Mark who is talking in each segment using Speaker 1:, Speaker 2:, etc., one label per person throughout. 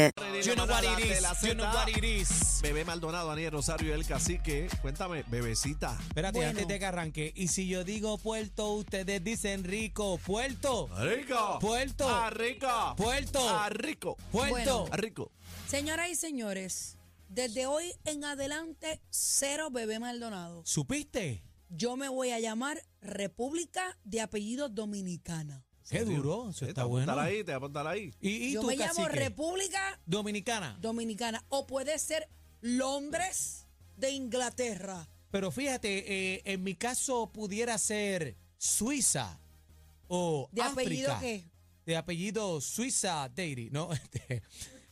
Speaker 1: You know what it is, you know what it is.
Speaker 2: Bebé Maldonado, Daniel Rosario, el cacique. Cuéntame, bebecita.
Speaker 1: Espérate, antes de que arranque. Y si yo digo puerto, ustedes dicen rico. Puerto,
Speaker 2: Rico.
Speaker 1: Puerto.
Speaker 2: Ah, rico.
Speaker 1: Puerto.
Speaker 2: Ah, rico.
Speaker 1: puerto.
Speaker 2: Ah, rico.
Speaker 3: Señoras y señores, desde hoy en adelante, cero bebé Maldonado.
Speaker 1: ¿Supiste?
Speaker 3: Yo me voy a llamar República de Apellido Dominicana.
Speaker 1: Qué duro, eso
Speaker 2: Eh,
Speaker 1: está
Speaker 2: te
Speaker 1: bueno.
Speaker 2: apuntar ahí, te apuntar ahí.
Speaker 1: ¿Y, y
Speaker 3: Yo
Speaker 1: tú,
Speaker 3: me llamo
Speaker 1: cacique?
Speaker 3: República
Speaker 1: Dominicana.
Speaker 3: Dominicana. O puede ser Londres de Inglaterra.
Speaker 1: Pero fíjate, eh, en mi caso pudiera ser Suiza o
Speaker 3: ¿De
Speaker 1: África.
Speaker 3: apellido qué?
Speaker 1: De apellido Suiza Dairy. No, este,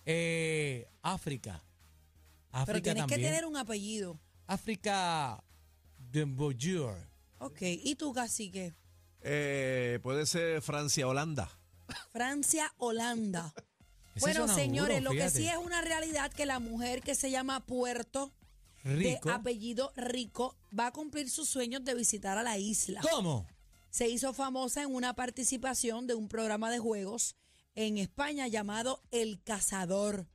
Speaker 1: eh, África. África
Speaker 3: Pero tienes
Speaker 1: también.
Speaker 3: que tener un apellido.
Speaker 1: África de Bonjour.
Speaker 3: Ok, ¿y tú, cacique?
Speaker 2: Eh, puede ser Francia, Holanda.
Speaker 3: Francia, Holanda.
Speaker 1: Ese
Speaker 3: Bueno,
Speaker 1: suena duro,
Speaker 3: señores, lo que
Speaker 1: fíjate.
Speaker 3: sí es una realidad que la mujer que se llama Puerto
Speaker 1: rico.
Speaker 3: de apellido Rico va a cumplir sus sueños de visitar a la isla.
Speaker 1: ¿Cómo?
Speaker 3: Se hizo famosa en una participación de un programa de juegos en España llamado El Cazador.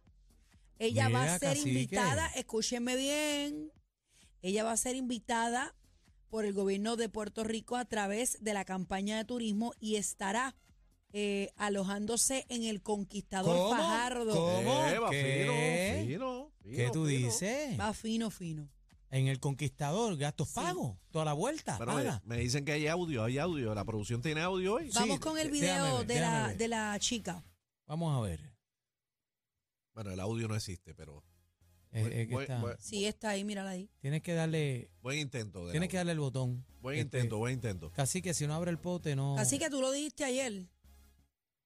Speaker 3: Ella va
Speaker 1: Mira,
Speaker 3: a ser
Speaker 1: cacique.
Speaker 3: invitada, escúchenme bien, ella va a ser invitada por el gobierno de Puerto Rico a través de la campaña de turismo y estará eh, alojándose en el Conquistador
Speaker 1: ¿Cómo?
Speaker 3: Fajardo.
Speaker 1: ¿Cómo?
Speaker 2: Eh, va
Speaker 1: ¿Qué?
Speaker 2: fino, fino,
Speaker 1: ¿Qué
Speaker 2: fino, fino.
Speaker 1: tú dices?
Speaker 3: Va fino, fino.
Speaker 1: En el Conquistador, gastos pagos, toda la vuelta.
Speaker 2: Pero me,
Speaker 1: paga.
Speaker 2: me dicen que hay audio, hay audio. La producción tiene audio hoy.
Speaker 1: ah. Sí,
Speaker 3: Vamos con el
Speaker 1: déjame
Speaker 3: video
Speaker 1: ver,
Speaker 3: de,
Speaker 1: déjame
Speaker 3: la,
Speaker 1: ver.
Speaker 3: de la chica.
Speaker 1: Vamos a ver.
Speaker 2: Bueno, el audio no existe, pero
Speaker 1: Eh, eh, que
Speaker 2: Voy-
Speaker 1: está-
Speaker 2: voy-
Speaker 3: Sí, está ahí, mírala ahí.
Speaker 1: Tienes que darle,
Speaker 2: buen intento. del
Speaker 1: tienes que
Speaker 2: audio.
Speaker 1: darle el botón. Este,
Speaker 2: Buen intento, buen intento.
Speaker 1: Casi que si no abre el pote, no.
Speaker 3: Así que tú lo dijiste ayer.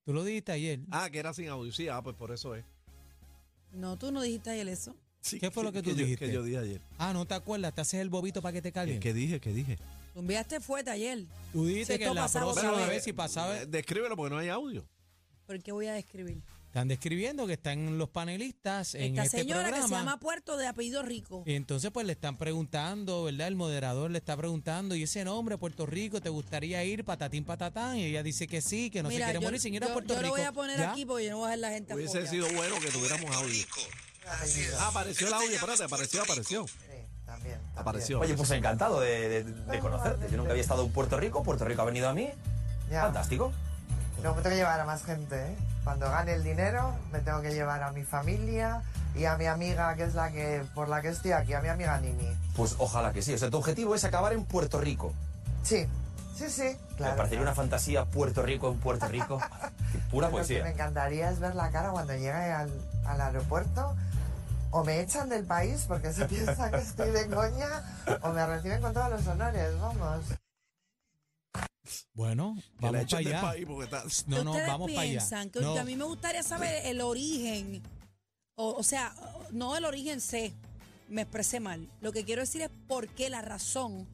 Speaker 1: Tú lo dijiste ayer.
Speaker 2: Ah, que era sin audio. Sí, ah, pues por eso es.
Speaker 3: No, tú no dijiste ayer eso.
Speaker 2: Sí,
Speaker 1: ¿Qué fue lo
Speaker 2: sí,
Speaker 1: que tú
Speaker 2: yo-
Speaker 1: dijiste?
Speaker 2: que yo dije ayer.
Speaker 1: Ah, no te acuerdas, te haces el bobito para que te
Speaker 2: ¿Qué,
Speaker 1: calien.
Speaker 2: qué dije? ¿Qué dije?
Speaker 3: Tú enviaste fuerte ayer.
Speaker 1: Tú dijiste
Speaker 3: Si
Speaker 1: que
Speaker 3: esto
Speaker 1: la
Speaker 3: pasaba otra
Speaker 1: próxima
Speaker 3: vez.
Speaker 1: vez, si pasaba,
Speaker 2: Eh, Descríbelo porque no hay audio.
Speaker 3: ¿Por qué voy a describir?
Speaker 1: están describiendo que están los panelistas en
Speaker 3: Esta
Speaker 1: este
Speaker 3: señora
Speaker 1: programa.
Speaker 3: que se llama Puerto de apellido Rico.
Speaker 1: Y entonces pues le están preguntando, ¿verdad? El moderador le está preguntando, ¿y ese nombre, Puerto Rico, te gustaría ir patatín patatán? Y ella dice que sí, que no se
Speaker 3: Mira,
Speaker 1: quiere
Speaker 3: yo,
Speaker 1: morir sin ir a
Speaker 3: yo-
Speaker 1: Puerto
Speaker 3: yo
Speaker 1: Rico.
Speaker 3: lo voy a poner
Speaker 1: ¿Ya?
Speaker 3: aquí porque yo no voy a dejar la gente
Speaker 2: Hubiese
Speaker 3: apoyar.
Speaker 2: sido bueno que tuviéramos audio. Ah, apareció el audio, espérate, apareció, apareció.
Speaker 4: También.
Speaker 2: Apareció.
Speaker 5: Oye, pues encantado de, de- de conocerte. Yo nunca había estado en Puerto Rico, Puerto Rico ha venido a mí.
Speaker 4: Ya.
Speaker 5: Fantástico.
Speaker 4: Luego me tengo que llevar a más gente, ¿eh? Cuando gane el dinero, me tengo que llevar a mi familia y a mi amiga, que es la que por la que estoy aquí, a mi amiga Nini.
Speaker 5: Pues ojalá que sí. O sea, tu objetivo es acabar en Puerto Rico.
Speaker 4: Sí, sí, sí. Claro.
Speaker 5: Me parecería una fantasía Puerto Rico en Puerto Rico. Pura
Speaker 4: Lo que me
Speaker 5: poesía.
Speaker 4: encantaría es ver la cara cuando llegue al, al aeropuerto. O me echan del país porque se piensa que estoy de coña, o me reciben con todos los honores, vamos.
Speaker 1: Bueno,
Speaker 2: Que la
Speaker 1: vamos
Speaker 2: echen
Speaker 1: para
Speaker 2: del
Speaker 1: allá.
Speaker 2: país porque está-
Speaker 1: No,
Speaker 3: ¿Qué
Speaker 1: no,
Speaker 3: ustedes
Speaker 1: vamos para allá.
Speaker 3: piensan? Que
Speaker 1: No,
Speaker 3: A mí me gustaría saber el origen. O, o sea, no el origen sé, me expresé mal. Lo que quiero decir es por qué, la razón.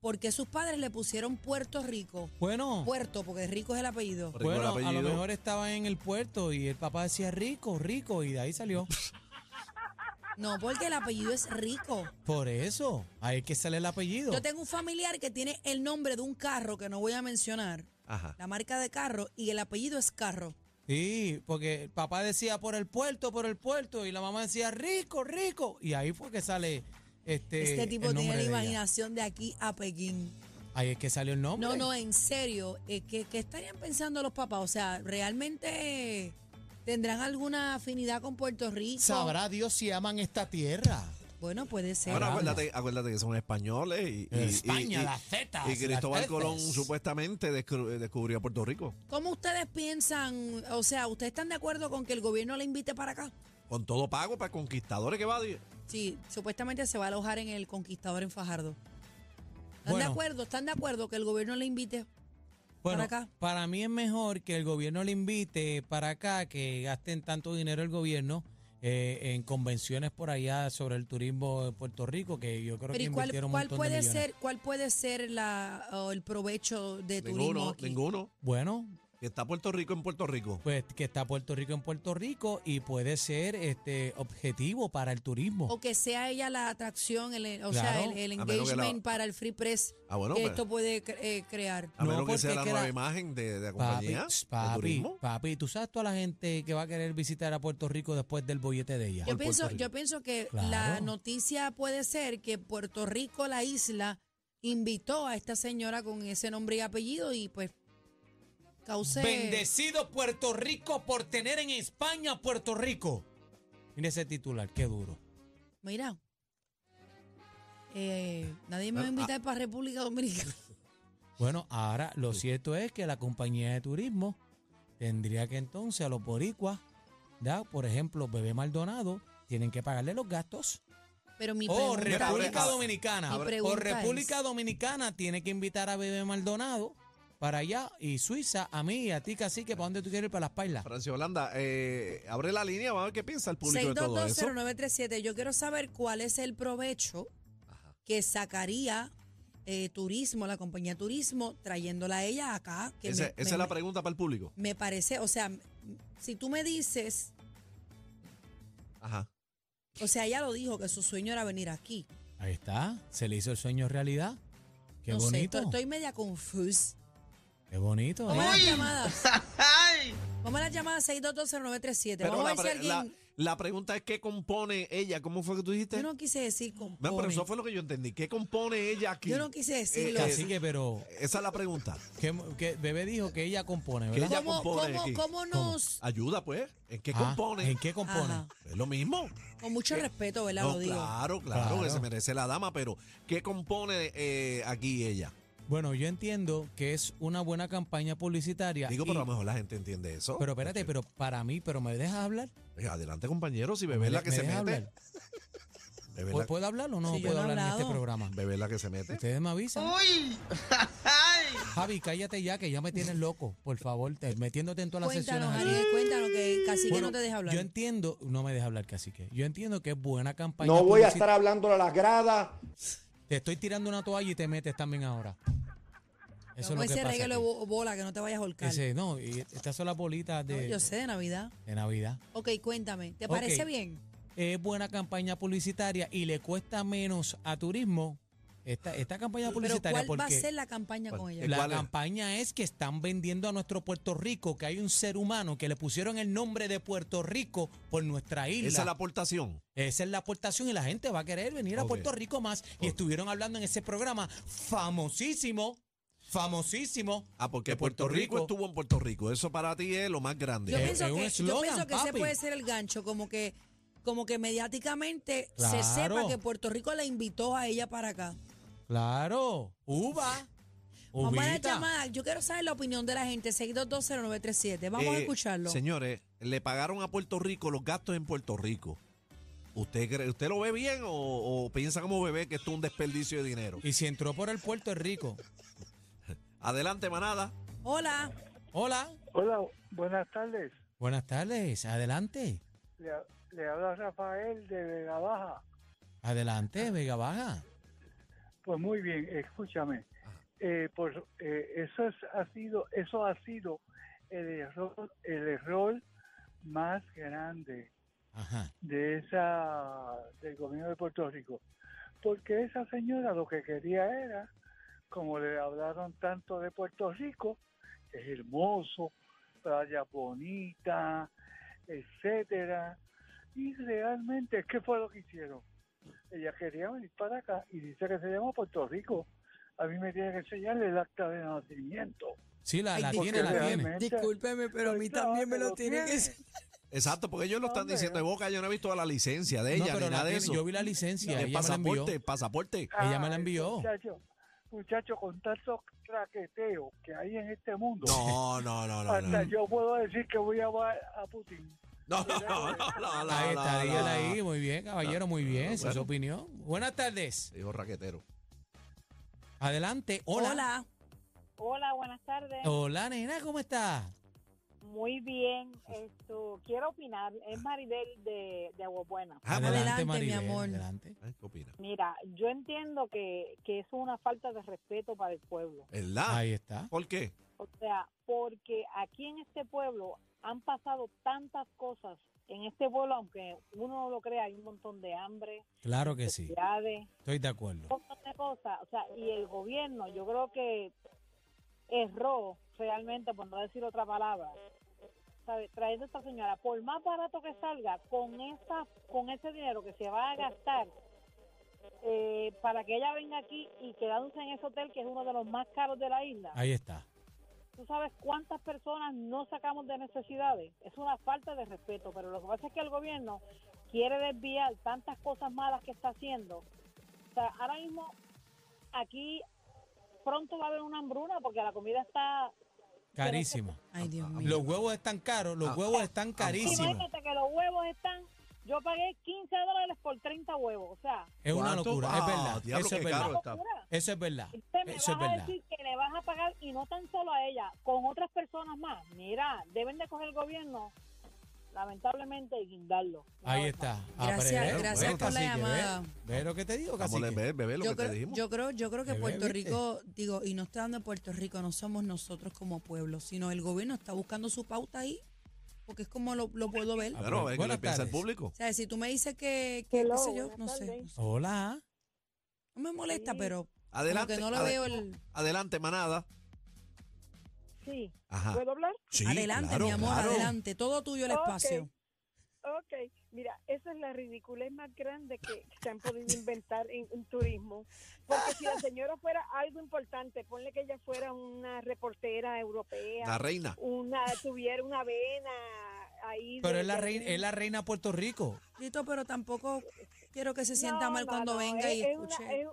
Speaker 3: Por qué sus padres le pusieron Puerto Rico.
Speaker 1: Bueno,
Speaker 3: Puerto, porque Rico es el apellido.
Speaker 2: Rico el
Speaker 1: bueno, a lo
Speaker 2: apellido.
Speaker 1: mejor estaba en el puerto y el papá decía rico, rico, y de ahí salió.
Speaker 3: No, porque el apellido es Rico.
Speaker 1: Por eso, ahí es que sale el apellido.
Speaker 3: Yo tengo un familiar que tiene el nombre de un carro que no voy a mencionar,
Speaker 2: Ajá.
Speaker 3: la marca de carro, y el apellido es Carro.
Speaker 1: Sí, porque el papá decía por el puerto, por el puerto, y la mamá decía rico, rico, y ahí fue que sale este.
Speaker 3: este tipo
Speaker 1: el nombre
Speaker 3: tiene la
Speaker 1: de ella.
Speaker 3: imaginación de aquí a Pekín.
Speaker 1: Ahí es que salió el nombre.
Speaker 3: No, no, en serio, eh, ¿qué, qué estarían pensando los papás? O sea, ¿realmente eh, tendrán alguna afinidad con Puerto Rico?
Speaker 1: Sabrá Dios si aman esta tierra.
Speaker 3: Bueno, puede ser.
Speaker 2: Bueno, acuérdate, acuérdate que son españoles y, y- y-
Speaker 1: España,
Speaker 2: y-
Speaker 1: las zetas,
Speaker 2: y Cristóbal
Speaker 1: las
Speaker 2: Colón
Speaker 1: tetas.
Speaker 2: supuestamente descru- descubrió a Puerto Rico
Speaker 3: ¿Cómo ustedes piensan? O sea, ¿ustedes están de acuerdo con que el gobierno la invite para acá?
Speaker 2: con todo pago para conquistadores que va a
Speaker 3: Sí, supuestamente se va a alojar en el Conquistador en Fajardo. ¿Están
Speaker 1: Bueno.
Speaker 3: de acuerdo? ¿Están de acuerdo que el gobierno la invite?
Speaker 1: Bueno,
Speaker 3: acá.
Speaker 1: para mí es mejor que el gobierno le invite para acá, que gasten tanto dinero el gobierno eh, en convenciones por allá sobre el turismo de Puerto Rico, que yo creo
Speaker 3: Pero
Speaker 1: que
Speaker 3: ¿y cuál,
Speaker 1: invirtieron un
Speaker 3: cuál
Speaker 1: montón de
Speaker 3: puede
Speaker 1: millones.
Speaker 3: ser, cuál puede ser la, o el provecho de turismo
Speaker 2: Ninguno,
Speaker 3: aquí?
Speaker 2: ninguno.
Speaker 1: Bueno,
Speaker 2: Que está Puerto Rico en Puerto Rico.
Speaker 1: pues que está Puerto Rico en Puerto Rico y puede ser este objetivo para el turismo.
Speaker 3: O que sea ella la atracción, el, o sea,
Speaker 1: Claro,
Speaker 3: el, el
Speaker 2: a menos que la-
Speaker 3: engagement para el Free Press
Speaker 2: Ah, bueno,
Speaker 3: que
Speaker 2: pues,
Speaker 3: esto puede cre- eh, crear.
Speaker 2: a
Speaker 1: No,
Speaker 2: menos que sea
Speaker 1: porque
Speaker 2: la
Speaker 1: que
Speaker 2: nueva
Speaker 1: la-
Speaker 2: imagen de, de la
Speaker 1: Papi,
Speaker 2: compañía
Speaker 1: tss,
Speaker 2: de
Speaker 1: papi,
Speaker 2: turismo.
Speaker 1: papi, tú sabes toda la gente que va a querer visitar a Puerto Rico después del bollete de ella.
Speaker 3: Yo
Speaker 2: Por Puerto
Speaker 3: pienso,
Speaker 2: Rico.
Speaker 3: yo pienso que la
Speaker 1: Claro.
Speaker 3: noticia puede ser que Puerto Rico, la isla, invitó a esta señora con ese nombre y apellido y pues causé...
Speaker 1: Bendecido Puerto Rico por tener en España a Puerto Rico. Mira ese titular, qué duro.
Speaker 3: Mira, eh, nadie me va a
Speaker 2: Ah,
Speaker 3: invitar para República Dominicana.
Speaker 1: Bueno, ahora lo cierto es que la compañía de turismo tendría que entonces a los boricuas, ¿da? por ejemplo, Bebé Maldonado, tienen que pagarle los gastos.
Speaker 3: Pero
Speaker 2: Oh,
Speaker 3: mi
Speaker 1: O
Speaker 3: pregunta
Speaker 1: República
Speaker 3: es-
Speaker 1: Dominicana.
Speaker 3: Mi
Speaker 1: O
Speaker 3: pregunta
Speaker 1: República
Speaker 3: es-
Speaker 1: Dominicana tiene que invitar a Bebé Maldonado para allá y Suiza, a mí y a ti, casi que para donde tú quieres ir, para las pailas.
Speaker 2: Francisco Holanda, eh, abre la línea, vamos a ver qué piensa el público de todo eso.
Speaker 3: 6220937. Yo quiero saber cuál es el provecho que sacaría eh, turismo, la compañía turismo, trayéndola a ella acá. que
Speaker 2: Ese-
Speaker 3: me-
Speaker 2: esa
Speaker 3: me-
Speaker 2: es la pregunta para el público.
Speaker 3: Me parece, o sea, m- si tú me dices,
Speaker 2: Ajá.
Speaker 3: o sea, ella lo dijo que su sueño era venir aquí.
Speaker 1: Ahí está, se le hizo el sueño realidad. Qué
Speaker 3: no sé,
Speaker 1: bonito.
Speaker 3: estoy- estoy media confusa.
Speaker 1: Qué bonito.
Speaker 3: Vamos
Speaker 1: ¿eh?
Speaker 3: a las llamadas. Vamos a las llamadas 6220937.
Speaker 2: Pero
Speaker 3: Vamos a
Speaker 2: la,
Speaker 3: ver si
Speaker 2: pre- la-
Speaker 3: alguien.
Speaker 2: la pregunta es qué compone ella. ¿Cómo fue que tú dijiste?
Speaker 3: Yo no quise decir compone.
Speaker 2: Mira, pero eso fue lo que yo entendí. ¿Qué compone ella aquí?
Speaker 3: Yo no quise decirlo.
Speaker 2: Eh,
Speaker 1: Así que, pero
Speaker 2: Esa es la pregunta.
Speaker 1: que, que Bebé dijo que ella compone,
Speaker 2: Que
Speaker 1: ¿verdad?
Speaker 2: ella
Speaker 3: ¿Cómo,
Speaker 2: compone
Speaker 3: cómo,
Speaker 2: aquí.
Speaker 3: cómo nos.?
Speaker 2: Ayuda, pues. ¿En qué
Speaker 1: Ah,
Speaker 2: compone?
Speaker 1: ¿En qué compone?
Speaker 3: Ajá.
Speaker 2: Es lo mismo.
Speaker 3: Con mucho respeto, ¿verdad?
Speaker 2: No,
Speaker 3: lo digo.
Speaker 2: claro, claro,
Speaker 1: Eh, Claro.
Speaker 2: que se merece la dama, pero ¿qué compone eh, aquí ella?
Speaker 1: Bueno, yo entiendo que es una buena campaña publicitaria.
Speaker 2: Digo,
Speaker 1: y-
Speaker 2: pero a lo mejor la gente entiende eso.
Speaker 1: pero espérate, pero para mí, pero ¿me dejas hablar?
Speaker 2: Eh, Adelante, compañero, si bebé es la
Speaker 1: ¿Me-
Speaker 2: que
Speaker 1: me
Speaker 2: se
Speaker 1: dejas
Speaker 2: mete.
Speaker 1: hablar?
Speaker 2: Bebé es
Speaker 1: ¿Puedo-
Speaker 2: la,
Speaker 1: ¿Puedo hablar o no
Speaker 3: Sí, yo
Speaker 1: puedo
Speaker 3: no he
Speaker 1: hablar en
Speaker 3: hablado.
Speaker 1: este programa?
Speaker 2: bebé es la que se mete.
Speaker 1: Ustedes me avisan. Javi, cállate ya, que ya me tienes loco, por favor, te- metiéndote en todas las
Speaker 3: Cuéntanos,
Speaker 1: sesiones. aquí.
Speaker 3: Ariel, cuéntanos que casi que
Speaker 1: Bueno,
Speaker 3: no te deja hablar.
Speaker 1: Yo entiendo, no me deja hablar, cacique. Yo entiendo que es buena campaña.
Speaker 6: No voy a
Speaker 1: publicitaria.
Speaker 6: estar hablándole a las gradas.
Speaker 1: Te estoy tirando una toalla y te metes también ahora. Eso
Speaker 3: Como
Speaker 1: es lo
Speaker 3: ese
Speaker 1: que pasa.
Speaker 3: regalo de
Speaker 1: aquí.
Speaker 3: bo- bola que no te vayas a holcar.
Speaker 1: Ese- no, y estas son las bolitas
Speaker 3: No,
Speaker 1: de,
Speaker 3: yo sé de Navidad.
Speaker 1: de Navidad.
Speaker 3: Ok, cuéntame. ¿Te
Speaker 1: Ok.
Speaker 3: parece bien?
Speaker 1: Es buena campaña publicitaria y le cuesta menos a turismo esta, esta campaña
Speaker 3: Pero
Speaker 1: publicitaria
Speaker 3: ¿cuál va a
Speaker 1: porque
Speaker 3: ser la campaña con ella?
Speaker 2: ¿Cuál
Speaker 1: la
Speaker 2: es?
Speaker 1: campaña es que están vendiendo a nuestro Puerto Rico, que hay un ser humano que le pusieron el nombre de Puerto Rico por nuestra isla.
Speaker 2: Esa es la aportación.
Speaker 1: Esa es la aportación y la gente va a querer venir a
Speaker 2: Ok.
Speaker 1: Puerto Rico más. Y estuvieron hablando en ese programa famosísimo, famosísimo.
Speaker 2: Ah, porque
Speaker 1: de
Speaker 2: Puerto, Rico, estuvo en Puerto Rico. Eso para ti es lo más grande. Eh,
Speaker 3: Yo,
Speaker 1: es-
Speaker 3: pienso
Speaker 1: es un
Speaker 3: que, yo
Speaker 1: eslogan,
Speaker 3: pienso que ese
Speaker 1: papi.
Speaker 3: puede ser el gancho, como que, como que mediáticamente
Speaker 1: Claro.
Speaker 3: se sepa que Puerto Rico la invitó a ella para acá.
Speaker 1: Claro, uva.
Speaker 3: Vamos a la
Speaker 1: uvita.
Speaker 3: llamada. Yo quiero saber la opinión de la gente. 6220937. Vamos a
Speaker 2: Eh,
Speaker 3: escucharlo.
Speaker 2: Señores, le pagaron a Puerto Rico los gastos en Puerto Rico. ¿Usted, cree- usted lo ve bien o, o piensa como bebé que esto es un desperdicio de dinero?
Speaker 1: Y si entró por el Puerto Rico.
Speaker 2: Adelante, manada.
Speaker 3: Hola.
Speaker 1: Hola.
Speaker 7: Hola, buenas tardes.
Speaker 1: Buenas tardes. Adelante.
Speaker 7: Le, le habla Rafael de Vega Baja.
Speaker 1: Adelante, Vega Baja.
Speaker 7: Pues muy bien, escúchame. Eh, pues eh, eso es- ha sido, eso ha sido el error, el error más grande
Speaker 1: Ajá.
Speaker 7: de esa del gobierno de Puerto Rico, porque esa señora lo que quería era, como le hablaron tanto de Puerto Rico, que es hermoso, playa bonita, etcétera, y realmente qué fue lo que hicieron. Ella quería venir para acá y dice que se llama Puerto Rico. A mí me tiene que enseñar el acta de nacimiento.
Speaker 1: Sí, la,
Speaker 3: Ay,
Speaker 1: la
Speaker 3: Dios.
Speaker 1: tiene, la
Speaker 7: Porque
Speaker 1: tiene.
Speaker 7: realmente-
Speaker 3: Discúlpeme, pero a mí
Speaker 7: Claro
Speaker 3: también me
Speaker 7: que
Speaker 3: lo
Speaker 7: lo
Speaker 3: tiene que
Speaker 7: tiene.
Speaker 3: enseñar.
Speaker 2: Exacto, porque ellos lo están
Speaker 7: Hombre.
Speaker 2: diciendo de boca. Yo no he visto la licencia de
Speaker 1: No,
Speaker 2: ella
Speaker 1: pero
Speaker 2: ni
Speaker 1: la
Speaker 2: nada de
Speaker 1: tiene,
Speaker 2: eso.
Speaker 1: Yo vi la licencia.
Speaker 2: el
Speaker 1: ella me la envió.
Speaker 2: pasaporte, pasaporte.
Speaker 1: Ella me la
Speaker 7: Ay,
Speaker 1: envió.
Speaker 7: Ah, Muchacho, muchacho, con tanto traqueteo que hay en este mundo,
Speaker 2: No, no, no, no.
Speaker 7: hasta
Speaker 2: no.
Speaker 7: yo puedo decir que voy a va- a Putin.
Speaker 2: No, no, no, no, no,
Speaker 1: Ahí está,
Speaker 2: no,
Speaker 1: dígale
Speaker 2: no.
Speaker 1: ahí. Muy bien, caballero, muy bien. esa es su
Speaker 2: bueno.
Speaker 1: opinión. Buenas tardes.
Speaker 2: Dijo raquetero.
Speaker 1: Adelante. Hola.
Speaker 3: Hola.
Speaker 6: Hola, buenas tardes.
Speaker 1: Hola, nena, ¿cómo estás?
Speaker 6: Muy bien. Esto, quiero opinar. Es Maribel de, de Aguabuena.
Speaker 2: Ah,
Speaker 3: Adelante, mi
Speaker 1: Maribel,
Speaker 3: amor.
Speaker 1: Adelante.
Speaker 2: ¿eh? ¿Qué opina?
Speaker 6: Mira, yo entiendo que, que es una falta de respeto para el pueblo.
Speaker 2: ¿Verdad?
Speaker 1: Ahí está.
Speaker 2: ¿Por qué?
Speaker 6: O sea, porque aquí en este pueblo han pasado tantas cosas. En este pueblo, aunque uno no lo crea, hay un montón de hambre,
Speaker 1: Claro que sí.
Speaker 6: necesidades,
Speaker 1: Estoy de acuerdo.
Speaker 6: un montón de cosas. O sea, y el gobierno, yo creo que erró realmente, por no decir otra palabra, ¿sabe? trayendo a esta señora, por más barato que salga, con esa, con ese dinero que se va a gastar, eh, para que ella venga aquí y quedándose en ese hotel que es uno de los más caros de la isla.
Speaker 1: Ahí está.
Speaker 6: Tú sabes cuántas personas no sacamos de necesidades. Es una falta de respeto, pero lo que pasa es que el gobierno quiere desviar tantas cosas malas que está haciendo. O sea, ahora mismo aquí pronto va a haber una hambruna porque la comida está...
Speaker 1: Carísima.
Speaker 3: Ay, Dios mío.
Speaker 1: Los huevos están caros, los
Speaker 2: Ah,
Speaker 1: huevos están carísimos.
Speaker 6: Imagínate que los huevos están... Yo pagué 15 dólares por 30 huevos. O sea,
Speaker 1: Es una
Speaker 2: ¿Cuánto?
Speaker 1: locura, es
Speaker 2: Ah,
Speaker 1: verdad.
Speaker 2: diablo,
Speaker 1: Eso es
Speaker 2: qué
Speaker 1: verdad.
Speaker 2: caro está.
Speaker 6: locura.
Speaker 1: Eso es verdad.
Speaker 6: Usted me
Speaker 1: Eso es
Speaker 6: vas a
Speaker 1: verdad.
Speaker 6: decir que le vas a pagar y no tan solo a ella, con otras personas más. Mira, deben de coger el gobierno, lamentablemente, y guindarlo.
Speaker 1: Ahí está.
Speaker 3: Gracias,
Speaker 1: Aprender,
Speaker 3: gracias por la
Speaker 1: cacique, ¿ves?
Speaker 3: llamada.
Speaker 1: ¿Ves lo que te digo,
Speaker 2: Vamos a
Speaker 1: cacique?
Speaker 2: ver, bebé, lo
Speaker 3: Yo
Speaker 2: que te
Speaker 3: creo,
Speaker 2: dijimos.
Speaker 3: yo creo, yo creo que
Speaker 1: Bebé,
Speaker 3: Puerto
Speaker 1: ¿viste?
Speaker 3: Rico, digo, y no está hablando de Puerto Rico, no somos nosotros como pueblo, sino el gobierno está buscando su pauta ahí, porque es como lo, lo puedo ver.
Speaker 1: Ah,
Speaker 3: O
Speaker 2: Claro, a ver qué le
Speaker 1: Buenas
Speaker 2: piensa el
Speaker 1: tardes.
Speaker 2: público.
Speaker 3: sea, si tú me dices que, que
Speaker 6: Hello,
Speaker 3: qué sé yo,
Speaker 6: buenas
Speaker 3: no sé,
Speaker 6: tardes.
Speaker 3: no sé.
Speaker 1: Hola.
Speaker 3: No me molesta,
Speaker 6: Sí.
Speaker 3: pero como
Speaker 2: Adelante.
Speaker 3: que no le
Speaker 2: ade-
Speaker 3: veo el...
Speaker 2: Adelante, manada.
Speaker 6: Sí.
Speaker 2: Ajá.
Speaker 6: ¿Puedo hablar?
Speaker 2: Sí,
Speaker 3: adelante,
Speaker 2: claro,
Speaker 3: mi amor,
Speaker 2: claro.
Speaker 3: adelante. Todo tuyo el
Speaker 6: Ok.
Speaker 3: espacio.
Speaker 6: Ok, mira, esa es la ridiculez más grande que se han podido inventar en, en turismo. Porque si la señora fuera algo importante, ponle que ella fuera una reportera
Speaker 2: La
Speaker 6: europea,
Speaker 2: reina.
Speaker 6: una tuviera una vena ahí.
Speaker 1: Pero
Speaker 6: de-
Speaker 1: es la
Speaker 6: de-
Speaker 1: reina, es la reina de Puerto Rico.
Speaker 3: Tito, pero tampoco quiero que se sienta
Speaker 6: No,
Speaker 3: mal
Speaker 6: no,
Speaker 3: cuando
Speaker 6: no,
Speaker 3: venga
Speaker 6: es-
Speaker 3: y
Speaker 6: es una-
Speaker 3: escuche.
Speaker 6: es,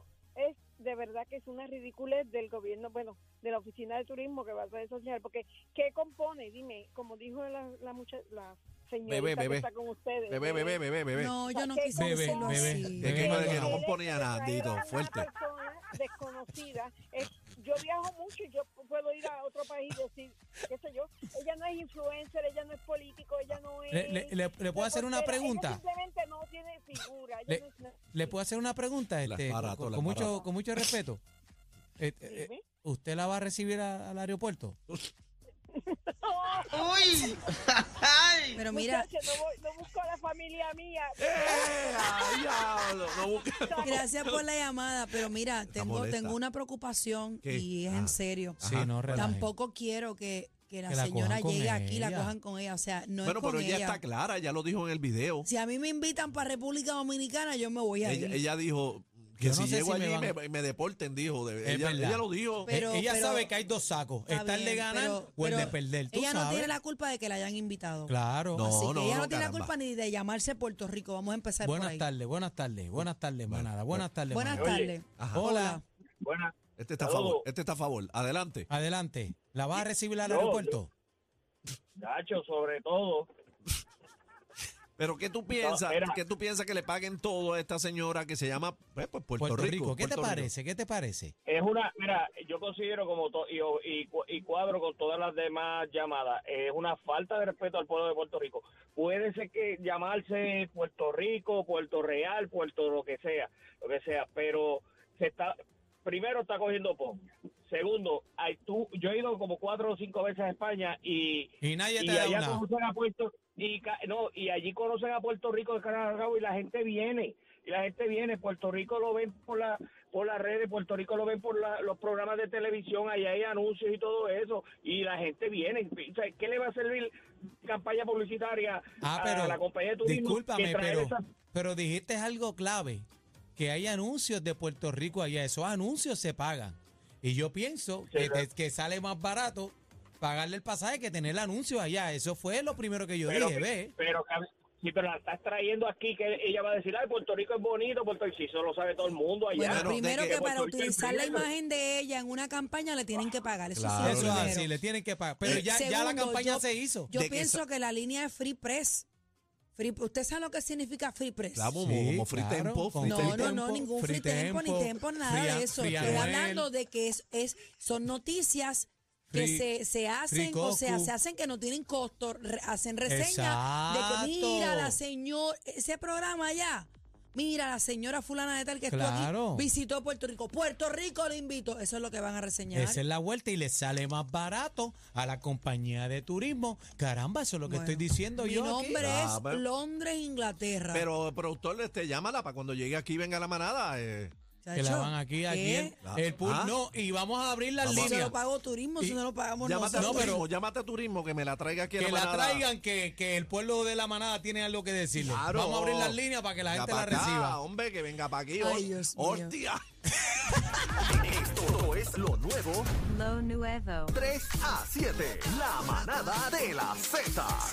Speaker 6: es de verdad que es una ridiculez del gobierno, bueno, de la oficina de turismo que va a ser social, porque ¿qué compone? Dime, como dijo la, la, mucha- la señorita
Speaker 2: Bebé, bebé.
Speaker 6: que está con ustedes.
Speaker 2: Bebé,
Speaker 6: eh,
Speaker 2: bebé, bebé, bebé.
Speaker 3: No, yo no
Speaker 6: ¿Qué
Speaker 3: quise
Speaker 6: Bebé,
Speaker 3: decirlo
Speaker 6: bebé,
Speaker 3: así.
Speaker 2: de que
Speaker 1: Bebé.
Speaker 2: no, de que no
Speaker 1: Bebé.
Speaker 2: componía nada, Dito, fuerte.
Speaker 6: Una persona desconocida. Es- yo viajo mucho y yo puedo ir a otro país y decir, qué sé yo, ella no es influencer, ella no es político, ella no es...
Speaker 1: Le, le- le- le puedo hacer una
Speaker 6: reportera,
Speaker 1: pregunta.
Speaker 6: Ella simplemente no tiene figura. ella
Speaker 1: Le-
Speaker 6: no es nada.
Speaker 1: Le puedo hacer una pregunta,
Speaker 2: La
Speaker 1: este,
Speaker 2: barato,
Speaker 1: con,
Speaker 2: la
Speaker 1: con mucho,
Speaker 2: barato.
Speaker 1: con mucho respeto. Eh, eh,
Speaker 6: Dime.
Speaker 1: ¿Usted la va a recibir a- al aeropuerto?
Speaker 3: Pero mira,
Speaker 6: Muchacha, no, voy- no busco a la familia mía.
Speaker 2: ¡Eh, ay, diablo! No busca-
Speaker 3: gracias por la llamada, pero mira, tengo,
Speaker 2: molesta.
Speaker 3: tengo una preocupación
Speaker 2: ¿Qué?
Speaker 3: y es en
Speaker 2: Ah.
Speaker 3: serio.
Speaker 1: Sí,
Speaker 2: Ajá.
Speaker 1: no, relaje.
Speaker 3: Tampoco quiero que, que la
Speaker 1: Que la
Speaker 3: señora
Speaker 1: cojan con
Speaker 3: llegue aquí y la
Speaker 1: ella.
Speaker 3: cojan con ella. O sea, no
Speaker 2: Bueno,
Speaker 3: es con
Speaker 2: pero ella
Speaker 3: ella.
Speaker 2: está clara, ya lo dijo en el video.
Speaker 3: Si a mí me invitan para República Dominicana, yo me voy a ir.
Speaker 2: Ella, ella dijo que
Speaker 1: Yo no
Speaker 2: si
Speaker 1: sé
Speaker 2: llego
Speaker 1: si me
Speaker 2: allí me,
Speaker 1: van-
Speaker 2: me deporten, dijo. de-
Speaker 1: Es
Speaker 2: ella,
Speaker 1: verdad.
Speaker 2: ella lo dijo.
Speaker 1: Eh,
Speaker 3: Pero-
Speaker 1: ella
Speaker 3: pero-
Speaker 1: sabe que hay dos sacos,
Speaker 3: Está
Speaker 1: estar de
Speaker 3: bien,
Speaker 1: ganar
Speaker 3: pero-
Speaker 1: o el de
Speaker 3: pero
Speaker 1: perder. ¿Tú
Speaker 3: Ella no
Speaker 1: sabes?
Speaker 3: tiene la culpa de que la hayan invitado.
Speaker 1: Claro.
Speaker 2: No,
Speaker 3: Así que
Speaker 2: no,
Speaker 3: ella no,
Speaker 2: no,
Speaker 3: tiene
Speaker 2: caramba.
Speaker 3: la culpa ni de llamarse Puerto Rico. Vamos a empezar por
Speaker 1: Buenas
Speaker 3: ahí.
Speaker 1: tardes, buenas tardes, buenas tardes, manada. Buenas tardes,
Speaker 3: Buenas
Speaker 1: manada.
Speaker 3: tardes.
Speaker 2: Ajá.
Speaker 1: Hola,
Speaker 7: Buenas,
Speaker 2: Este está a
Speaker 7: Saludos.
Speaker 2: favor, este está a favor. Adelante.
Speaker 1: adelante. ¿La vas a recibir al
Speaker 7: Yo, yo-
Speaker 1: aeropuerto?
Speaker 7: Nacho, sobre todo.
Speaker 2: Pero ¿qué tú piensas?
Speaker 7: mira.
Speaker 2: ¿Qué tú piensas que le paguen todo a esta señora que se llama eh, pues, Puerto, Rico?
Speaker 1: ¿Qué te
Speaker 2: Puerto Rico.
Speaker 1: parece? ¿Qué te parece?
Speaker 7: Es una, mira, yo considero como to- y, y cu- y cuadro con todas las demás llamadas, es una falta de respeto al pueblo de Puerto Rico. Puede ser que llamarse Puerto Rico, Puerto Real, Puerto lo que sea, lo que sea, pero se está primero está cogiendo pon. Segundo, hay tú, yo he ido como cuatro o cinco veces a España y
Speaker 1: Y nadie
Speaker 7: y
Speaker 1: te da
Speaker 7: allá
Speaker 1: una.
Speaker 7: conocen a Puerto y ca- no y allí conocen a Puerto Rico de Canal al Cabo y la gente viene y la gente viene Puerto Rico lo ven por la por las redes Puerto Rico lo ven por la- los programas de televisión allá hay anuncios y todo eso y la gente viene O sea, qué le va a servir campaña publicitaria
Speaker 1: Ah,
Speaker 7: a
Speaker 1: pero
Speaker 7: la compañía de turismo
Speaker 1: discúlpame,
Speaker 7: que traer
Speaker 1: pero,
Speaker 7: esas-
Speaker 1: pero dijiste algo clave, que hay anuncios de Puerto Rico allá, esos anuncios se pagan. Y yo pienso
Speaker 7: Sí,
Speaker 1: que,
Speaker 7: claro.
Speaker 1: te- que sale más barato pagarle el pasaje que tener el anuncio allá. Eso fue lo primero que yo
Speaker 8: Pero,
Speaker 1: dije, ve.
Speaker 8: pero, sí, pero la estás trayendo aquí, que ella va a decir, ay, Puerto Rico es bonito, Puerto Rico, si eso lo sabe todo el mundo allá.
Speaker 3: Bueno,
Speaker 2: Claro,
Speaker 3: primero
Speaker 2: de
Speaker 3: que,
Speaker 2: que
Speaker 3: para
Speaker 8: Puerto Rico es
Speaker 3: utilizar la
Speaker 8: primero.
Speaker 3: imagen de ella en una campaña le tienen que pagar. Eso
Speaker 2: Claro,
Speaker 3: es
Speaker 1: Eso es
Speaker 3: primero.
Speaker 1: así, le tienen que pagar. Pero ya, ya la
Speaker 3: Eh, Segundo,
Speaker 1: campaña
Speaker 3: yo-
Speaker 1: se hizo.
Speaker 3: Yo
Speaker 2: de que
Speaker 3: pienso
Speaker 2: esa-
Speaker 3: que la línea es Free Press. Free- ¿Usted sabe lo que significa Free Press?
Speaker 2: Claro, como, como free
Speaker 1: claro,
Speaker 2: tempo,
Speaker 1: con
Speaker 2: free
Speaker 3: no,
Speaker 1: free
Speaker 2: tempo.
Speaker 3: no, no,
Speaker 1: tempo,
Speaker 3: ningún free
Speaker 1: free
Speaker 3: tempo, ni
Speaker 1: tempo,
Speaker 3: tempo, nada
Speaker 1: free a-
Speaker 3: de eso.
Speaker 1: free
Speaker 3: Estoy
Speaker 1: Anuel.
Speaker 3: hablando de que es, es son noticias que
Speaker 1: Free-
Speaker 3: se, se hacen,
Speaker 1: free
Speaker 3: o sea,
Speaker 1: Coscu.
Speaker 3: se hacen que no tienen costo, re- hacen reseña de que
Speaker 1: Exacto.
Speaker 3: mira la señora, ese programa allá, mira la señora fulana de tal que estuvo
Speaker 1: Claro.
Speaker 3: aquí, visitó Puerto Rico, Puerto Rico le invito, eso es lo que van a reseñar.
Speaker 1: Esa es la vuelta y le sale más barato a la compañía de turismo. Caramba, eso es lo que
Speaker 3: Bueno,
Speaker 1: estoy diciendo
Speaker 3: Mi
Speaker 1: yo aquí.
Speaker 3: nombre
Speaker 2: Ah,
Speaker 3: es
Speaker 2: pero-
Speaker 3: Londres, Inglaterra.
Speaker 2: Pero, productor, este, llámala para cuando llegue aquí venga la manada. eh.
Speaker 1: Ah, Que la
Speaker 3: Chacho,
Speaker 1: van aquí, aquí.
Speaker 3: ¿qué?
Speaker 1: El, el pool,
Speaker 2: Ah.
Speaker 1: no, y vamos a abrir las
Speaker 2: Vamos a-
Speaker 3: Eso
Speaker 1: líneas.
Speaker 3: lo pagó turismo,
Speaker 1: Y-
Speaker 3: eso no lo pagamos
Speaker 2: Llámate a
Speaker 3: nosotros.
Speaker 1: No, pero-
Speaker 2: turismo, llámate a turismo que me la traiga aquí la
Speaker 1: Que la
Speaker 2: manada.
Speaker 1: traigan, que, que el pueblo de la manada tiene algo que decirle.
Speaker 2: Claro.
Speaker 1: Vamos a abrir las líneas para que la
Speaker 2: Venga
Speaker 1: gente
Speaker 2: pa'
Speaker 1: la
Speaker 2: acá,
Speaker 1: reciba.
Speaker 2: Hombre, que venga para aquí.
Speaker 3: Ay,
Speaker 2: hor-
Speaker 3: Dios mío.
Speaker 2: Hostia.
Speaker 9: Esto es lo nuevo
Speaker 10: Lo nuevo.
Speaker 9: 3 a 7. La manada de la Z.